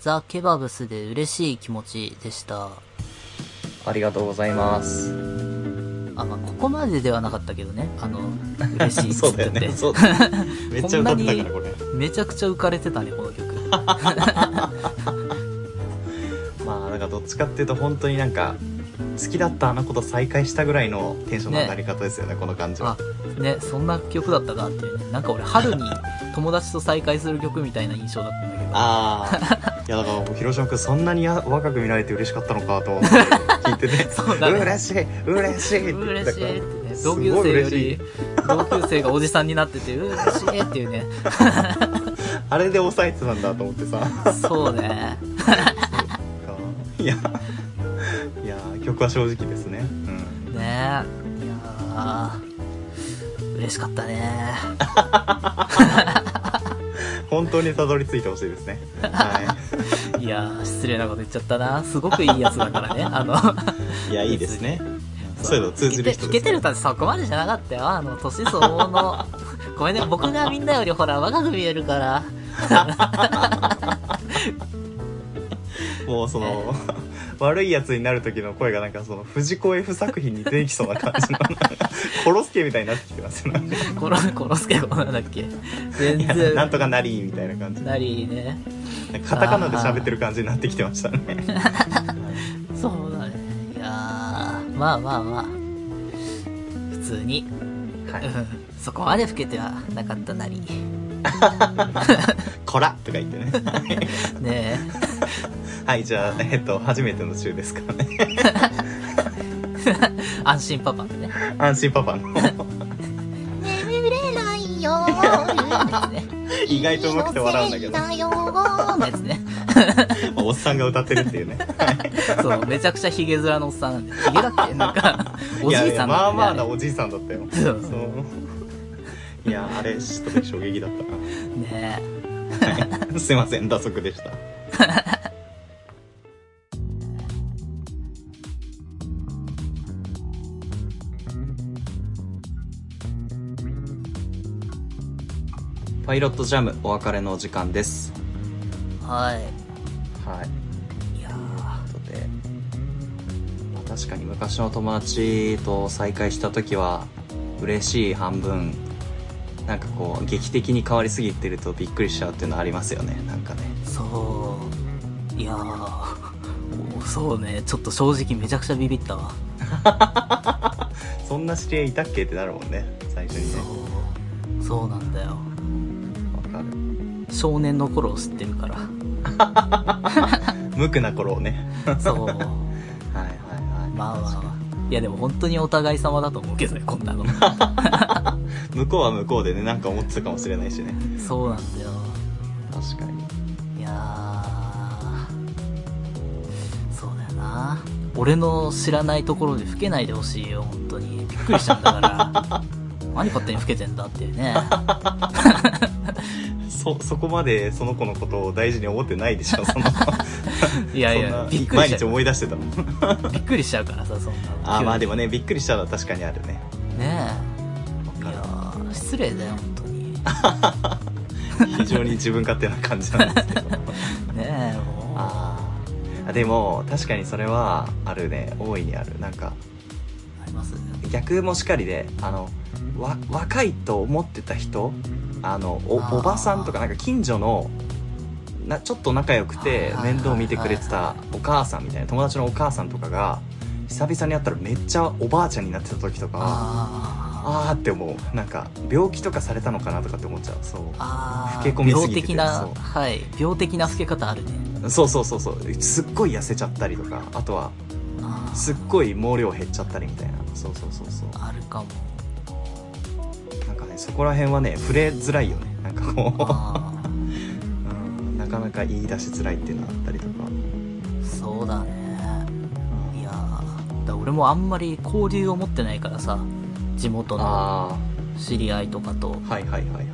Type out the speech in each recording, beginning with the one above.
ザ・ケバブスで嬉しい気持ちでした。ありがとうございます。あ、まあ、ここまでではなかったけどね。あの、嬉しい そうだよね。ってそうだよね めっちゃ歌ってたから、これ。めちゃくちゃ浮かれてたね、この曲。 まあ、なんかどっちかっていうと、本当になんか、好きだったあの子と再会したぐらいのテンションの上がり方ですよね、この感じは。あ、ね、そんな曲だったかっていうね。なんか俺、春に友達と再会する曲みたいな印象だったんだけど。。ああ。いや、だから僕、広島くんそんなにや若く見られて嬉しかったのかと思って聞いてね そうだね嬉しい嬉しいって言っ嬉てしたいかっらてね。す同ごい級生よ嬉しいり、同級生がおじさんになってて、嬉しいっていうね。あれで抑えてたんだと思ってさ。そうね。いや、いや、曲は正直ですね。うん。ねえ。いやー嬉しかったね。本当にたどり着いてほしいですね。はいやー失礼なこと言っちゃったな。すごくいいやつだからね。あの、 い。いや、いいですね。そういうの通じる人いでけすてねるたってそこまでじゃなかったよ。あの、年相応 の。ごめんね、僕がみんなよりほら、若く見えるから。もうその、 悪いやつになる時の声がなんかその藤子 F 作品に出てきそうな感じの、 殺すけみたいになってきてますよね。コロ、コロスケコなんだっけ全いや然。なんとかなりみたいな感じ。なりね。なんかカタカナで喋ってる感じになってきてましたね。そうだね。いやーまあまあまあ。普通に。はうい。ん。そこまで老けてはなかったなり。こらとか言ってね。 ねはい、じゃあ、えっと、初めての週ですからね。え。安心パパって ね。安心パパの。眠れないよ意外と上手くて 笑うんだけど。だよのやつね。まあおっさんが歌ってるっていうね。そう、めちゃくちゃヒゲ面のおっさんなんで。ヒゲだっけなんか、おじいやさんなんだよねやまあまあなおじいさんだったよ。そそうう。いや、あれ、ちょっと衝撃だっねえ。たな。 すいません、打足でした。パイロットジャムお別れのお時間です。はい。はい。いやーとで、まあ確かに昔の友達と再会した時は嬉しい半分なんかこう劇的に変わりすぎてるとびっくりしちゃうっていうのはありますよねなんかねそう。いやーおそうね。ちょっと正直めちゃくちゃビビったわ。そんな知り合いいたっけってなるもんね最初にねそう。そうなんだよ。わかる少年の頃を知ってるから。無垢な頃をねそう。はいはいはいまあまあまあ。いやでも本当にお互い様だと思うけどね、こんなの。向こうは向こうでねなんか思ってたかもしれないしねそうなんだよ。確かにいやーそうだよな。俺の知らないところで吹けないでほしいよ、本当に。びっくりしたんだ から。何勝手に吹けてんだっていうね。そそこまでその子のことを大事に思ってない でしょそのいやいそんや、なびっくり毎しち日ゃう。思い出してたもん びっくりしちゃうからさ、そんな。あーまあでもねびっくりしたのは確かにあるね ねえ。いやー失礼だよ、本当 に。ね非常に自分勝手な感じなんですけどえ、もう。 ああーでも確かにそれはあるね大いにあるなんかります逆もしかりであのわ若いと思ってた人あのおあーおばさんとかなんか近所のなちょっと仲良くてはいはいはい面倒見てくれてたお母さんみたいな友達のお母さんとかが久々に会ったらめっちゃおばあちゃんになってた時とかああーって思うなんか病気とかされたのかなとかって思っちゃうそうーあー。老け込みすぎてて病的なそ、うはい。病的な吹け方あるね。そうそうそうそうすっごい痩せちゃったりとかあとはあーすっごい毛量減っちゃったりみたいなそうそうそうそうある かも。なんかねそこら辺はね触れづらいよねなんかこあーう、うん、なかなか言い出しづらいっていうのがあったりとか、そうだね。いやーだ俺もあんまり交流を持ってないからさ、地元のあ知り合いとかと。あはいはいはいはい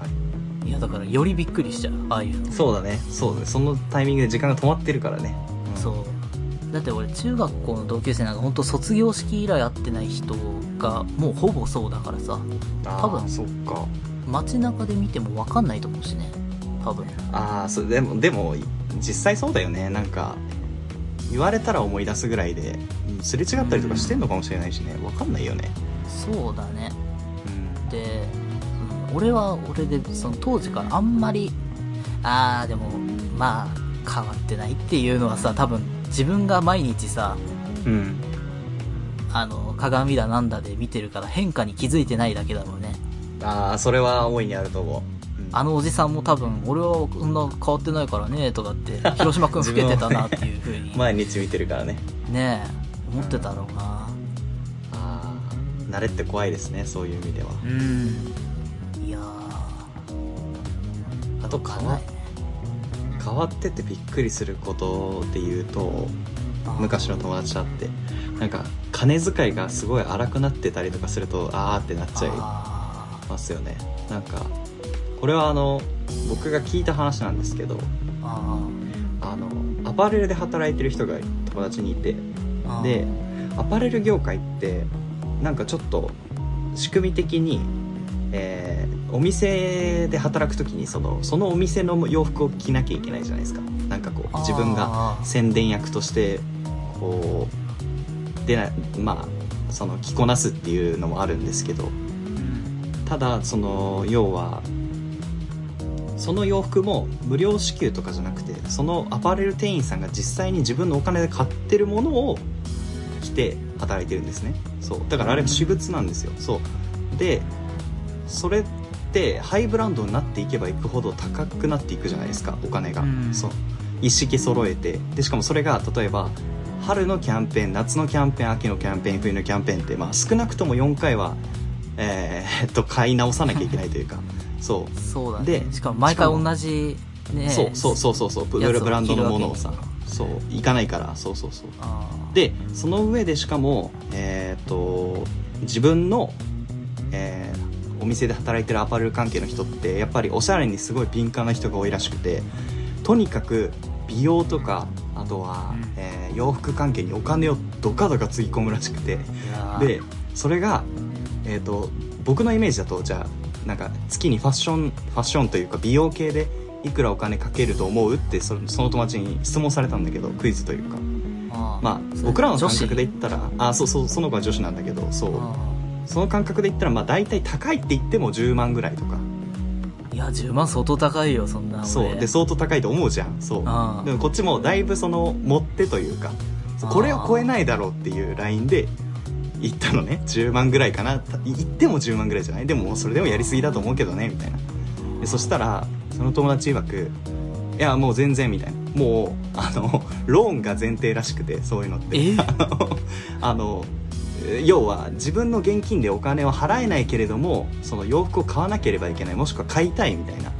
いや、だからよりびっくりしちゃう、ああいうの。そうだねそうだねそのタイミングで時間が止まってるからね、うんそう。だって俺中学校の同級生なんか本当卒業式以来会ってない人がもうほぼそうだからさ、あー多分そっか街中で見てもわかんないと思うしね。多分。ああそれでもでも実際そうだよねなんか言われたら思い出すぐらいでうんすれ違ったりとかしてんのかもしれないしねわかんないよねそうだねで、うん、俺は俺でその当時からあんまりああでもまあ変わってないっていうのはさ多分自分が毎日さうん、うん、あの鏡だなんだで見てるから変化に気づいてないだけだろうねああそれは大いにあると思う、うんあのおじさんも多分俺はこんな変わってないからねとかって 広島くん老けてたなっていうふうに毎日見てるからねねえ思ってたろうなああ慣れって怖いですねそういう意味ではうんいやーあと変わ変わっててびっくりすることで言うと昔の友達だってなんか金遣いがすごい荒くなってたりとかするとあーってなっちゃいあますよねなんかこれはあの僕が聞いた話なんですけどーああのアパレルで働いてる人が友達にいてーあーでアパレル業界ってなんかちょっと仕組み的に、えーお店で働く時にそのそのお店の洋服を着なきゃいけないじゃないですかなんかこう自分があー宣伝役としてこう出ないまあその着こなすっていうのもあるんですけどうんただその要はその洋服も無料支給とかじゃなくてそのアパレル店員さんが実際に自分のお金で買ってるものを着て働いてるんですねそうだからあれ私物なんですよそうでそれってハイブランドになっていけばいくほど高くなっていくじゃないですかお金が、うんそう一式揃えてでしかもそれが例えば春のキャンペーン夏のキャンペーン秋のキャンペーン冬のキャンペーンって、まあ、少なくとも4回は、えーえっと買い直さなきゃいけないというかそそうだねでしかも毎回同じう、ねそうそうそうそうそうブやつを着るわけブランドのものをにさいかそう行かないからそうそうそうあーでその上でしかもえーっと自分の、えーお店で働いてるアパレル関係の人ってやっぱりおしゃれにすごい敏感な人が多いらしくてとにかく美容とかあとは、うんえー洋服関係にお金をドカドカつぎ込むらしくていやーでそれが、えー、と僕のイメージだとじゃあなんか月にファッションファッションというか美容系でいくらお金かけると思うってそその友達に質問されたんだけどクイズというかあーまあ僕らの感覚で言ったらあそうそうその子は女子なんだけどそう女子あその感覚で言ったらまあ大体高いって言っても10万ぐらいとかーいや10万相当高いよそんなそうでそ相当高いと思うじゃんそうああでもこっちもだいぶその持ってというかああこれを超えないだろうっていうラインで行ったのね10万ぐらいかなた行っても10万ぐらいじゃないでももうそれでもやりすぎだと思うけどねみたいなでそしたらその友達曰くいやもう全然みたいなもうあのローンが前提らしくてそういうのってえ あの要は自分の現金でお金を払えないけれどもその洋服を買わなければいけないもしくは買いたいみたいな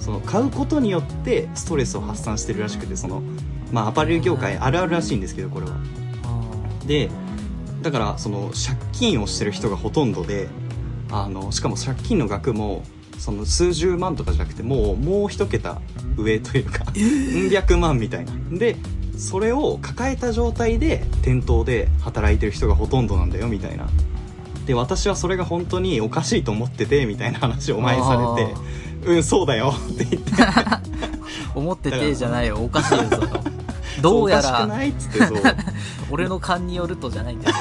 その買うことによってストレスを発散してるらしくてその、まあ、アパレル業界あるあるらしいんですけどこれはでだからその借金をしてる人がほとんどであのしかも借金の額もその数十万とかじゃなくてもうもう一桁上というかうん百万みたいなでそれを抱えた状態で店頭で働いてる人がほとんどなんだよみたいなで私はそれが本当におかしいと思っててみたいな話を前にされて「うんそうだよ」って言って思っててじゃないよおかしいよそのどうやそうおかしくらないっつってそう俺の勘によるとじゃないんだよ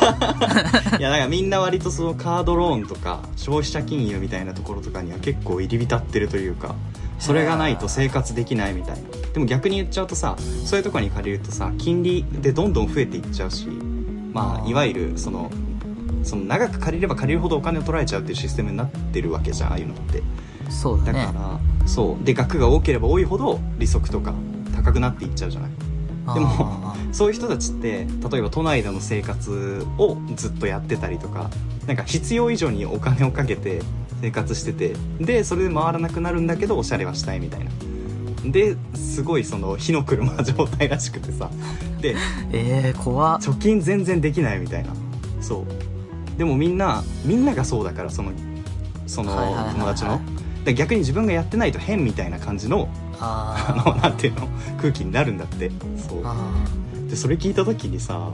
いやなんかみんな割とそのカードローンとか消費者金融みたいなところとかには結構入り浸ってるというかそれがないと生活できないみたいなでも逆に言っちゃうとさそういうところに借りるとさ金利でどんどん増えていっちゃうしあまあーいわゆるそのその長く借りれば借りるほどお金を取られちゃうっていうシステムになってるわけじゃんああいうのってそうだだねから、そうで額が多ければ多いほど利息とか高くなっていっちゃうじゃないでもあーそういう人たちって例えば都内での生活をずっとやってたりとかなんか必要以上にお金をかけて生活しててでそれで回らなくなるんだけどおしゃれはしたいみたいなですごいその火の車状態らしくてさでえー、怖っ貯金全然できないみたいなそうでもみんなみんながそうだからそのそのはいはいはいはい友達ので逆に自分がやってないと変みたいな感じの ああのなんていうの空気になるんだってそうーあでそれ聞いた時にさ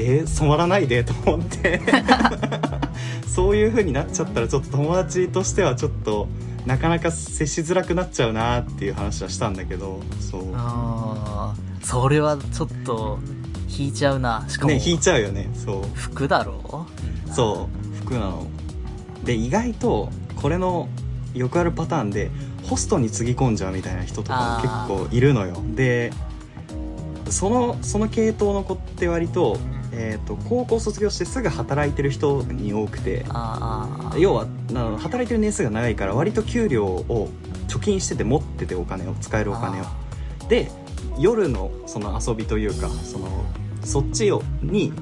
えー、染まらないでと思って そういう風になっちゃったらちょっと友達としてはちょっとなかなか接しづらくなっちゃうなっていう話はしたんだけどそうああそれはちょっと引いちゃうなしかも、ね引いちゃうよねそう服だろそう服なので意外とこれのよくあるパターンでホストにつぎ込んじゃうみたいな人とかあーも結構いるのよでそのその系統の子って割と,、えー、と高校卒業してすぐ働いてる人に多くてあーあー要はあの働いてる年数が長いから割と給料を貯金してて持っててお金を使えるお金をあで夜のその遊びというかそのそっちをに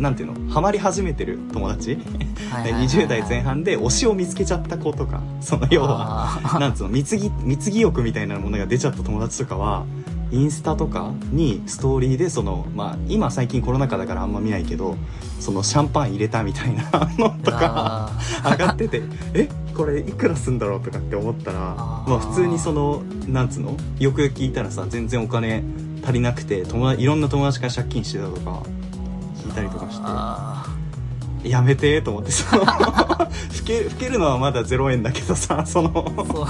なんていうのハマり始めてる友達ーはいはいはいはい20代前半で推しを見つけちゃった子とかその要はあなんつうの貢ぎ貢ぎ欲みたいなものが出ちゃった友達とかはインスタとかにストーリーでその、まあ、今最近コロナ禍だからあんま見ないけどそのシャンパン入れたみたいな のーとかあー上がっててえこれいくらすんだろうとかって思ったらあーまあ、普通にそのなんつうのよくよく聞いたらさ全然お金足りなくて友達いろんな友達から借金してたとか聞いたりとかして。あーやめてと思ってその 老け老けるのはまだ0円だけどさその そう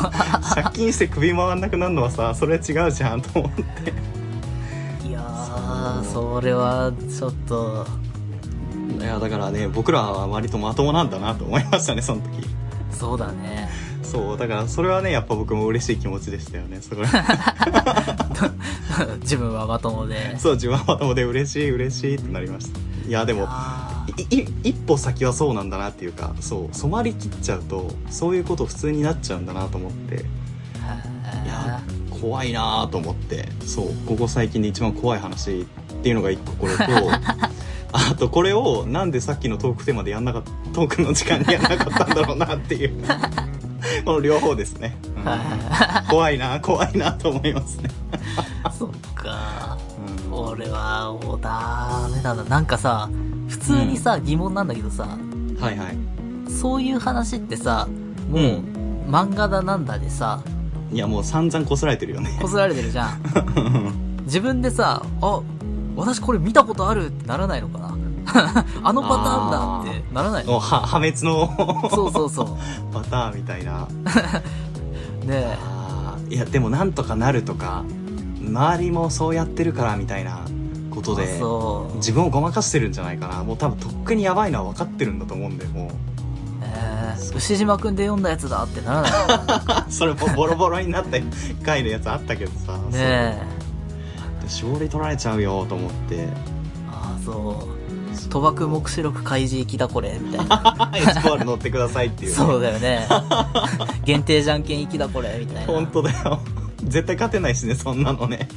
借金して首回んなくなるのはさそれは違うじゃんと思っていやーそれはちょっといやだからね僕らは割とまともなんだなと思いましたねその時そうだね そうだからそれはねやっぱ僕も嬉しい気持ちでしたよねそれ自分はまともで そう自分はまともで嬉しい嬉しいってなりましたいやでもあーいい一歩先はそうなんだなっていうかそう染まりきっちゃうとそういうこと普通になっちゃうんだなと思っていや怖いなぁと思ってそうここ最近で一番怖い話っていうのが一個これとあとこれをなんでさっきのトークテーマでやんなかったトークの時間にやんなかったんだろうなっていうこの両方ですね、うん怖いなぁ怖いなぁと思いますね、 そっかうん俺はもうダメだななんかさ普通にさ、疑問なんだけどさはいはいそういう話ってさもう漫画だなんだでさいやもう散々こすられてる よねこすられてるじゃん 自分でさあ私これ見たことあるってならないのかな あのパターンだってならないのもうは破滅の そうそうそパターンみたいなうね えあーいやでもなんとかなるとか周りもそうやってるからみたいなことでそう自分をごまかしてるんじゃないかなもう多分とっくにやばいのは分かってるんだと思うんでもう えー牛島くんで読んだやつだってならない のあそれもボロボロになった回のやつあったけどさ、ねえそう絞り取られちゃうよと 思ってああそう賭博目視録開示行きだこれみたいな SQR 乗ってくださいっていう、そうだよね限定じゃんけん行きだこれみたいな本当だよ絶対勝てないしねそんなのね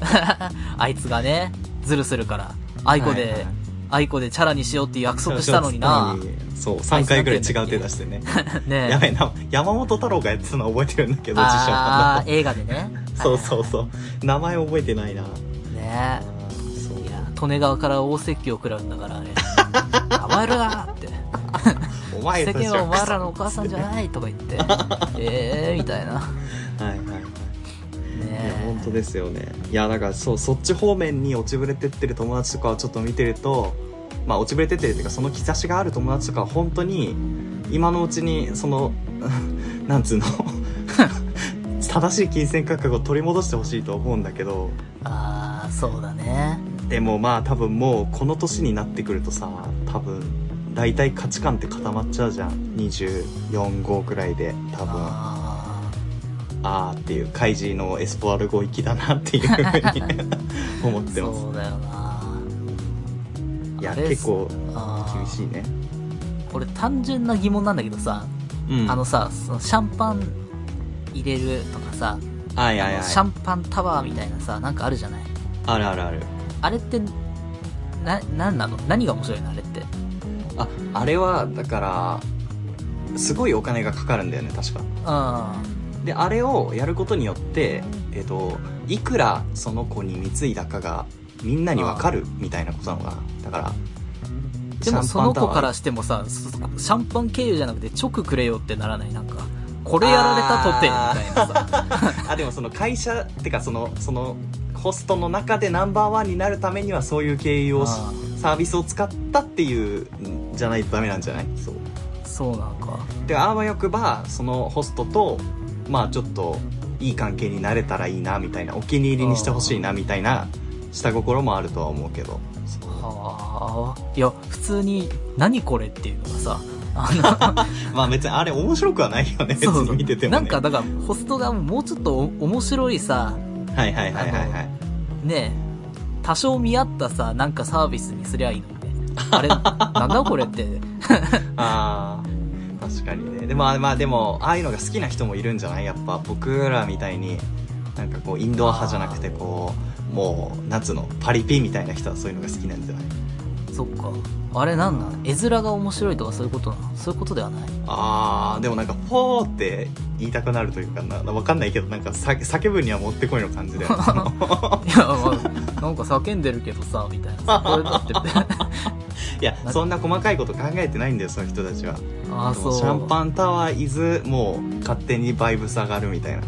あいつがねズルするからあいこで、はいはいあいこでチャラにしようって約束したのになそう3回ぐらい違う手出してね ねえやべえな山本太郎がやってたのは覚えてるんだけど自称ああ映画でね そうそうそう名前覚えてないなねそうえいや利根川から大説教食らうんだからあれ甘えるなってお前世たち間はお前らはのお母さんじゃないとか言って ええみたいなはいはいはいいや本ね当ですよねいやだからそうそっち方面に落ちぶれてってる友達とかをちょっと見てるとまあ落ちぶれてってるっていうかその兆しがある友達とかは本当に今のうちにその なんつうの 正しい金銭感覚を取り戻してほしいと思うんだけどああそうだねでもまあ多分もうこの年になってくるとさ多分大体価値観って固まっちゃうじゃん245くらいで多分あああーっていう開示のエスポアル語行きだなっていうふうに思っあてますそうだよないやあれ結構あー厳しいねこれ単純な疑問なんだけどさ、うんあのさそのシャンパン入れるとかさはいはいはいシャンパンタワーみたいなさなんかあるじゃないあるあるあるあれってな何なの何が面白いのあれってああれはだからすごいお金がかかるんだよね確かあであれをやることによってえっといくらその子に貢いだかがみんなにわかるみたいなことなのかなだからーでもその子からシしてもさそシャンパン経由じゃなくて直くれよってならないなんかこれやられたとてあーみたいなさャンパンタワーあでもその会社ってかそのそのホストの中でナンバーワンになるためにはそういう経由をしあサービスを使ったっていうんじゃないとダメなんじゃないそうそうなんかであわよくばそのホストとまあちょっといい関係になれたらいいなみたいなお気に入りにしてほしいなみたいな下心もあるとは思うけどはあいや普通に「何これ」っていうのがさあのまあ別にあれ面白くはないよね別に見てても、ね、なんかだからホストがもうちょっとお面白いさはいはいはいはいはいねえ多少見合ったさなんかサービスにすりゃいいのにねあ れなんだこれってあー確かにねでもまあでもああいうのが好きな人もいるんじゃないやっぱ僕らみたいになんかこうインドア派じゃなくてこうもう夏のパリピみたいな人はそういうのが好きなんじゃないそっかあれなんなん絵面が面白いとかそういうことなのそういうことでは ないあーでもなんか「ポー」って言いたくなるというかなわかんないけどなんかさ叫ぶにはもってこいの 感じだよねいや、まあ、なんか叫んでるけどさみたいなさこれ だっていやそんな細かいこと考えてないんだよそういう人たちはああそうシャンパンタワー伊豆もう勝手にバイブス上がるみたいな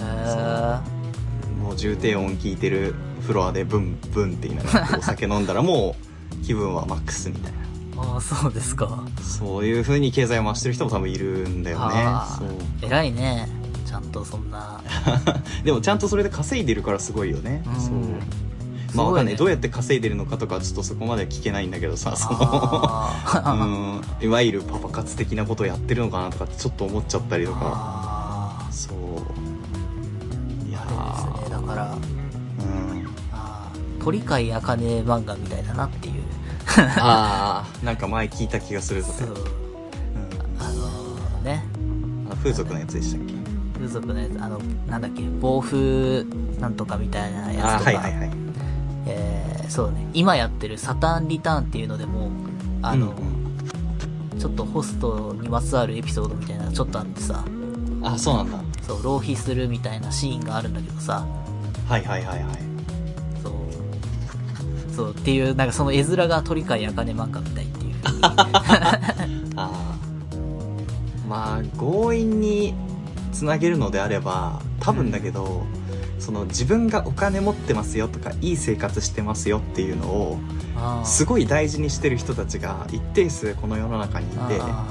へもう重低音聞いてるフロアでブンブンって言いな がらお酒飲んだらもう気分はマックスみたいなえああそうですかそういう風に経済を回してる人も多分いるんだよねあそうー偉いねちゃんとそんなでもちゃんとそれで稼いでるからすごいよね、うん そうすまあわごかいんねないどうやって稼いでるのかとかはちょっとそこまでは聞けないんだけどさそのあー うんいわゆるパパ活的なことをやってるのかなとかってちょっと思っちゃったりとか あーそういやあ れですねだからーうんあー鳥飼茜漫画みたいだなっていうあーなんか前聞いた気がするそそれ、ううんあのねあ風俗のやつでしたっけ風俗のやつあのなんだっけ暴風なんとかみたいなやあつとーか、はいはいはいえーそうね今やってる「サタンリターン」っていうのでもあの、うんちょっとホストにまつわるエピソードみたいなのがちょっとあってさうんあそうなんだそう浪費するみたいなシーンがあるんだけどさはいはいはいはいそうそうっていうなんかその絵面が鳥飼茜漫画みたいっていう風にあーまあ強引につなげるのであれば多分だけど、その自分がお金持ってますよとかいい生活してますよっていうのをあー すごい大事にしてる人たちが一定数この世の中にいてあ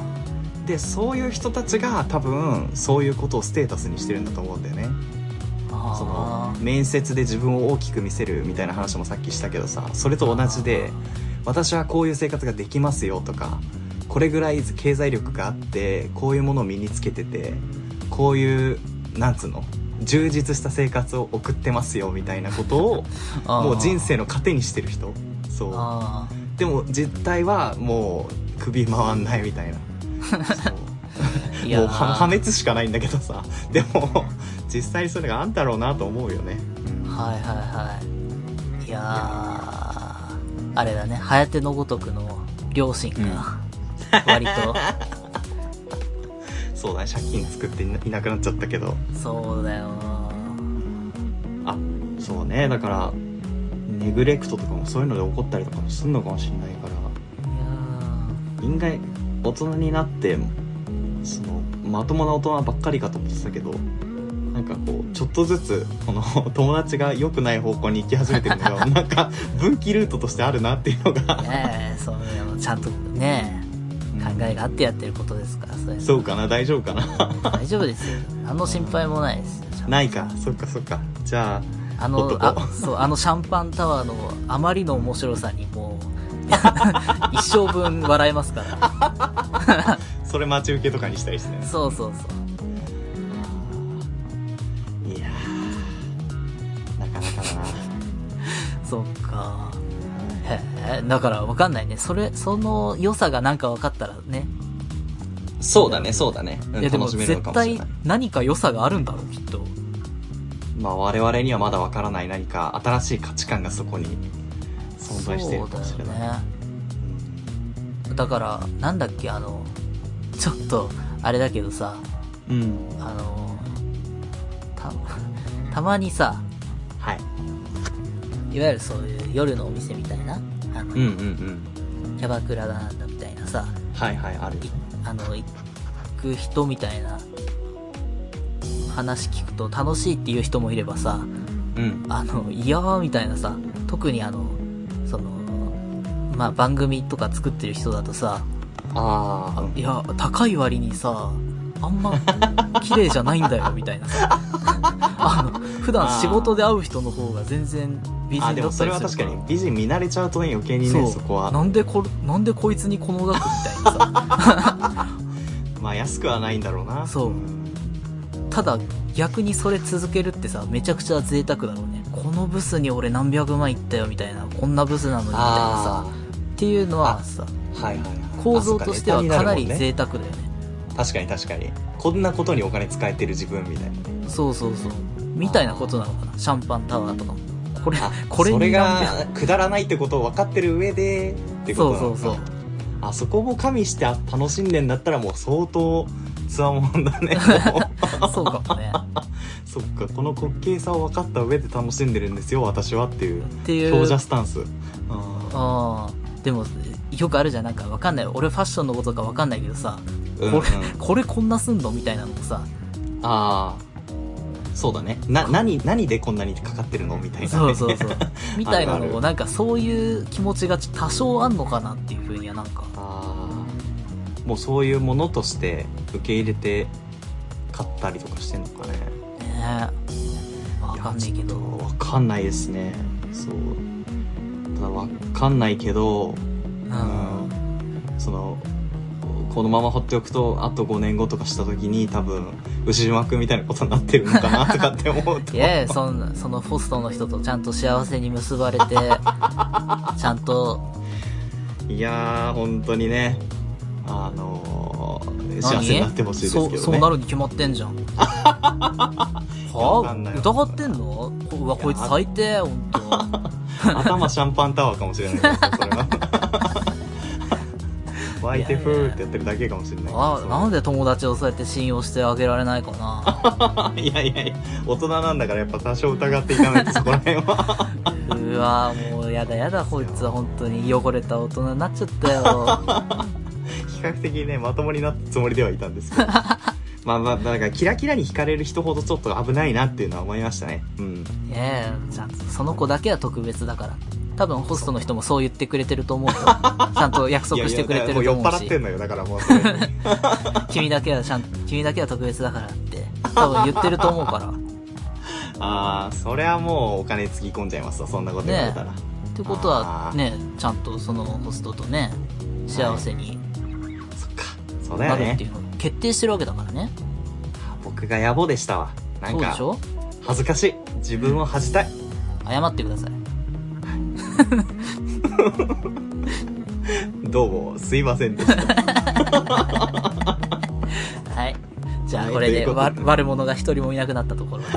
でそういう人たちが多分そういうことをステータスにしてるんだと思うんだよねーそあのー面接で自分を大きく見せるみたいな話もさっきしたけどさそれと同じで私はこういう生活ができますよとかこれぐらい経済力があってこういうものを身につけててこういうなんつうの充実した生活を送ってますよみたいなことをあーもう人生の糧にしてる人そあーうでも実態はもう首回んないみたいなそ ういやもーうは破滅しかないんだけどさでも実際にそれがあんだろうなと思うよね、はいはいはいいやーあれだねはやてのごとくの両親が割と、 そうだね借金作っていないなくなっちゃったけどそうだよあそうねだからネグレクトとかもそういうので怒ったりとかもすんのかもしんないからいや因外大人になってそのまともな大人ばっかりかと思ってたけどなんかこうちょっとずつこの 友達が良くない方向に行き始めてるの がなんか分岐ルートとしてあるなっていうのーがねえそういうのちゃんとね考えがあってやってることですからそれそうかな大丈夫かな 大丈夫ですよ何の心配もないですよちゃんとないかそっかそっかじゃああほっとのこあうそうあのシャンパンタワーのあまりの面白さにもう 一生分笑えますからそれ待ち受けとかにしたりしてねそうそうそういやーなかなかだなそっかへえだから分かんないねそれその良さがなんか分かったらねそうだねそうだね、うんいやでも楽しめる絶のかもしれ対ない何か良さがあるんだろうきっとまあ我々にはまだわからない何か新しい価値観がそこに存在しているかもしれないそうだよねだからなんだっけあのちょっとあれだけどさうん、うんあのたたまにさはいいわゆるそういう夜のお店みたいなあの、うんうんうんキャバクラだなんだみたいなさはいはいあるいあの行く人みたいな話聞くと楽しいっていう人もいればさうんあのいやーみたいなさ特にあのそのまあ番組とか作ってる人だとさああいや高い割にさあんま綺麗じゃないんだよみたいなさ あの普段仕事で会う人の方が全然美人だあったりするでらもそれは確かに美人見慣れちゃうとね余計にねそこはなんでこなんでこいつにこの額みたいなさまあ安くはないんだろうなそうんただ逆にそれ続けるってさめちゃくちゃ贅沢だろうねこのブスに俺何百万いったよみたいなこんなブスなのにみたいなさあっていうのはさあはいはいはい構造としてはかなりあそっネタにるもんね贅沢だよね確かに確かにこんなことにお金使えてる自分みたいなねそうそうそうみたいなことなのかなシャンパンタワーとかもこれあ これにそれなんがくだらないってことを分かってる上でってでことそなうのそうかそう あそこも加味して楽しんでんだったらもう相当つわもん だねもうそうかもねそっかこの滑稽さを分かった上で楽しんでるんですよ私はっていうっていう強者スタンスあーあーでもよくあるじゃんなんかわかんない俺ファッションのことかわかんないけどさ、うんこうんれこれこんなすんのみたいなのもさあーそうだねな何何でこんなにかかってるのみたいな、ね、そうそうそうみたいなあるのあをるなんかそういう気持ちが多少あんのかなっていうふうにはなんか あーもうそういうものとして受け入れて買ったりとかしてんのかねねわかんないけちょっどとわかんないですねそうただわかんないけうどんそのこのまま放っておくとあと5年後とかした時に多分牛島君みたいなことになってるのかなとかって思うといやいやそんなそのホストの人とちゃんと幸せに結ばれ てちゃんと いやー本当にねあの何ー、幸せになってほしいですけどねそうそうなるに決まってんじ ゃんわかんはないあ疑ってんのこうわこいつ最低本 当。頭シャンパンタワーかもしれないですよそれ は湧いてふーってやってるだけかもしれないけどあなんで友達をそうやって信用してあげられないかな いやいやいや大人なんだからやっぱ多少疑っていかないとそこら辺はうわもうやだやだこいつは本当に汚れた大人になっちゃった よ比較的ねまともになったつもりではいたんで すけどまあまあだからキラキラに惹かれる人ほどちょっと危ないなっていうのは思いましたねうんねえちゃんとその子だけは特別だから多分ホストの人もそう言ってくれてると思う よちゃんと約束してくれてるといやいや思だかうらもう酔っ払ってしんのよだからもうそれ 君だけはちゃん君だけは特別だからって多分言ってると思うからああそれはもうお金つぎ込んじゃいますわそんなこと言われたっら、てことはねちゃんとそのホストとね幸せにそっかそうだなよるっていねうのを決定してるわけだからね僕が野暮でしたわなそんうでかしょ恥ずかしい自分を恥じたい謝ってくださいどうもすいませんでし たはいじゃあはいこれでということわで悪者が一人もいなくなったと ころで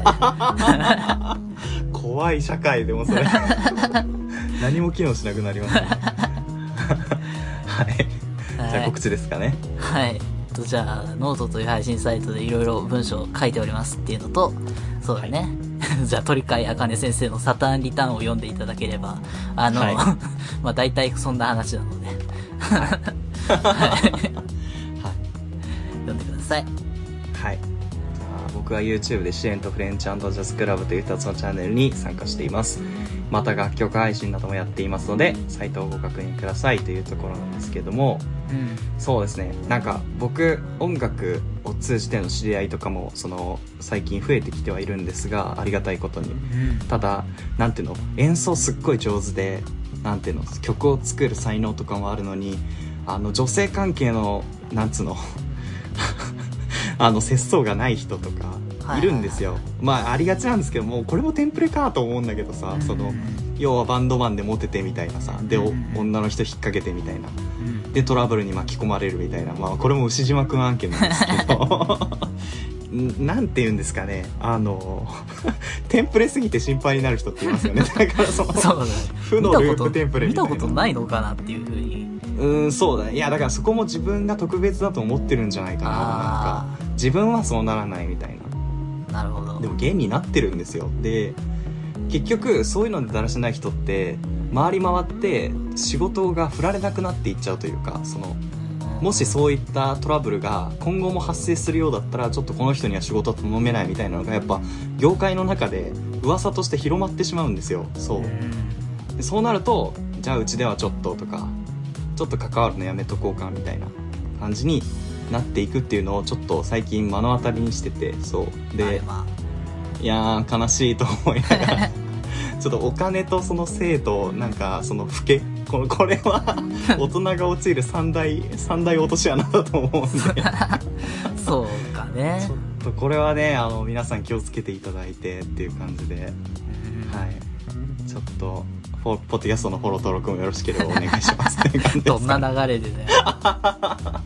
怖い社会でも それ何も機能しなくなりますねはいじゃあはい告知ですかねはいとじゃあノートという配信サイトでいろいろ文章を書いておりますっていうのとそうだね、 じゃあ鳥飼茜先生の「サターンリターン」を読んでいただければあの、はい まあ大体そんな話なのではい読んでくださいはい。あー僕は YouTube で支援とフレンチジャズクラブという2つのチャンネルに参加しています。また楽曲配信などもやっていますので、サイトをご確認くださいというところなんですけども、うんそうですね。なんか僕、音楽を通じての知り合いとかも、その、最近増えてきてはいるんですが、ありがたいことに。うんただ、なんていうの、演奏すっごい上手で、なんていうの、曲を作る才能とかもあるのに、あの、女性関係の、なんつうの、 あの、節操がない人とかはいはいはい、いるんですよ。まあ、ありがちなんですけど、もうこれもテンプレかと思うんだけどさ、その、要はバンドマンでモテてみたいなさ、で、おうん女の人引っ掛けてみたいな。うんでトラブルに巻き込まれるみたいな、まあ、これも牛島くん案件なんですけ どんなんて言うんですかねあの テンプレすぎて心配になる人って いますよねだからそのそうだね。負のループテンプレ見みたたいこと見なたことないのかなっていうふうに。うんそうだねいやだからそこも自分が特別だと思ってるんじゃないかななあんか自分はそうならないみたいなあ、なるほど。でも現になってるんですよで結局そういうのでだらしない人って回り回って仕事が振られなくなっていっちゃうというかそのもしそういったトラブルが今後も発生するようだったらちょっとこの人には仕事は頼めないみたいなのがやっぱ業界の中で噂として広まってしまうんですよそううんでそうなるとじゃあうちではちょっととかちょっと関わるのやめとこうかみたいな感じになっていくっていうのをちょっと最近目の当たりにしててそうあれではいやー悲しいと思いなが らちょっとお金とその性となんかその老けこのこれは大人が陥る三大三大落とし穴だと思うんでそうかねちょっとこれはねあの皆さん気をつけていただいてっていう感じでうんはいちょっとフォポッドキャストのフォロー登録もよろしければお願いしますっていう感じですどんな流れでねは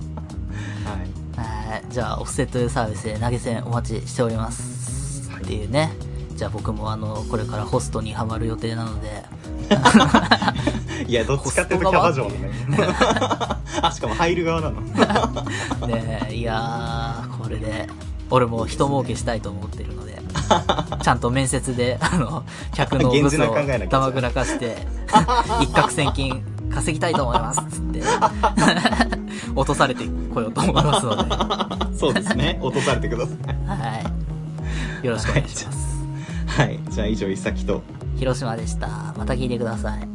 いはいじゃあオフセットでサービスで投げ銭お待ちしております、っていうねじゃあ僕もあのこれからホストにハマる予定なのでいや、どっちかっていうとキャバ嬢だね。 あ、しかも入る側 なの。ねえいやーこれで俺も人儲けしたいと思ってるのでちゃんと面接であの客のブ厳重スをな考えなきゃいけないたまぐらかして一攫千金稼ぎたいと思いますっつって 落とされてこようと思いますので、はそうですね。落とされてください。い、よろしくお願いしますはい。じゃあ以上、いさきと。広島でしたまた聞いてください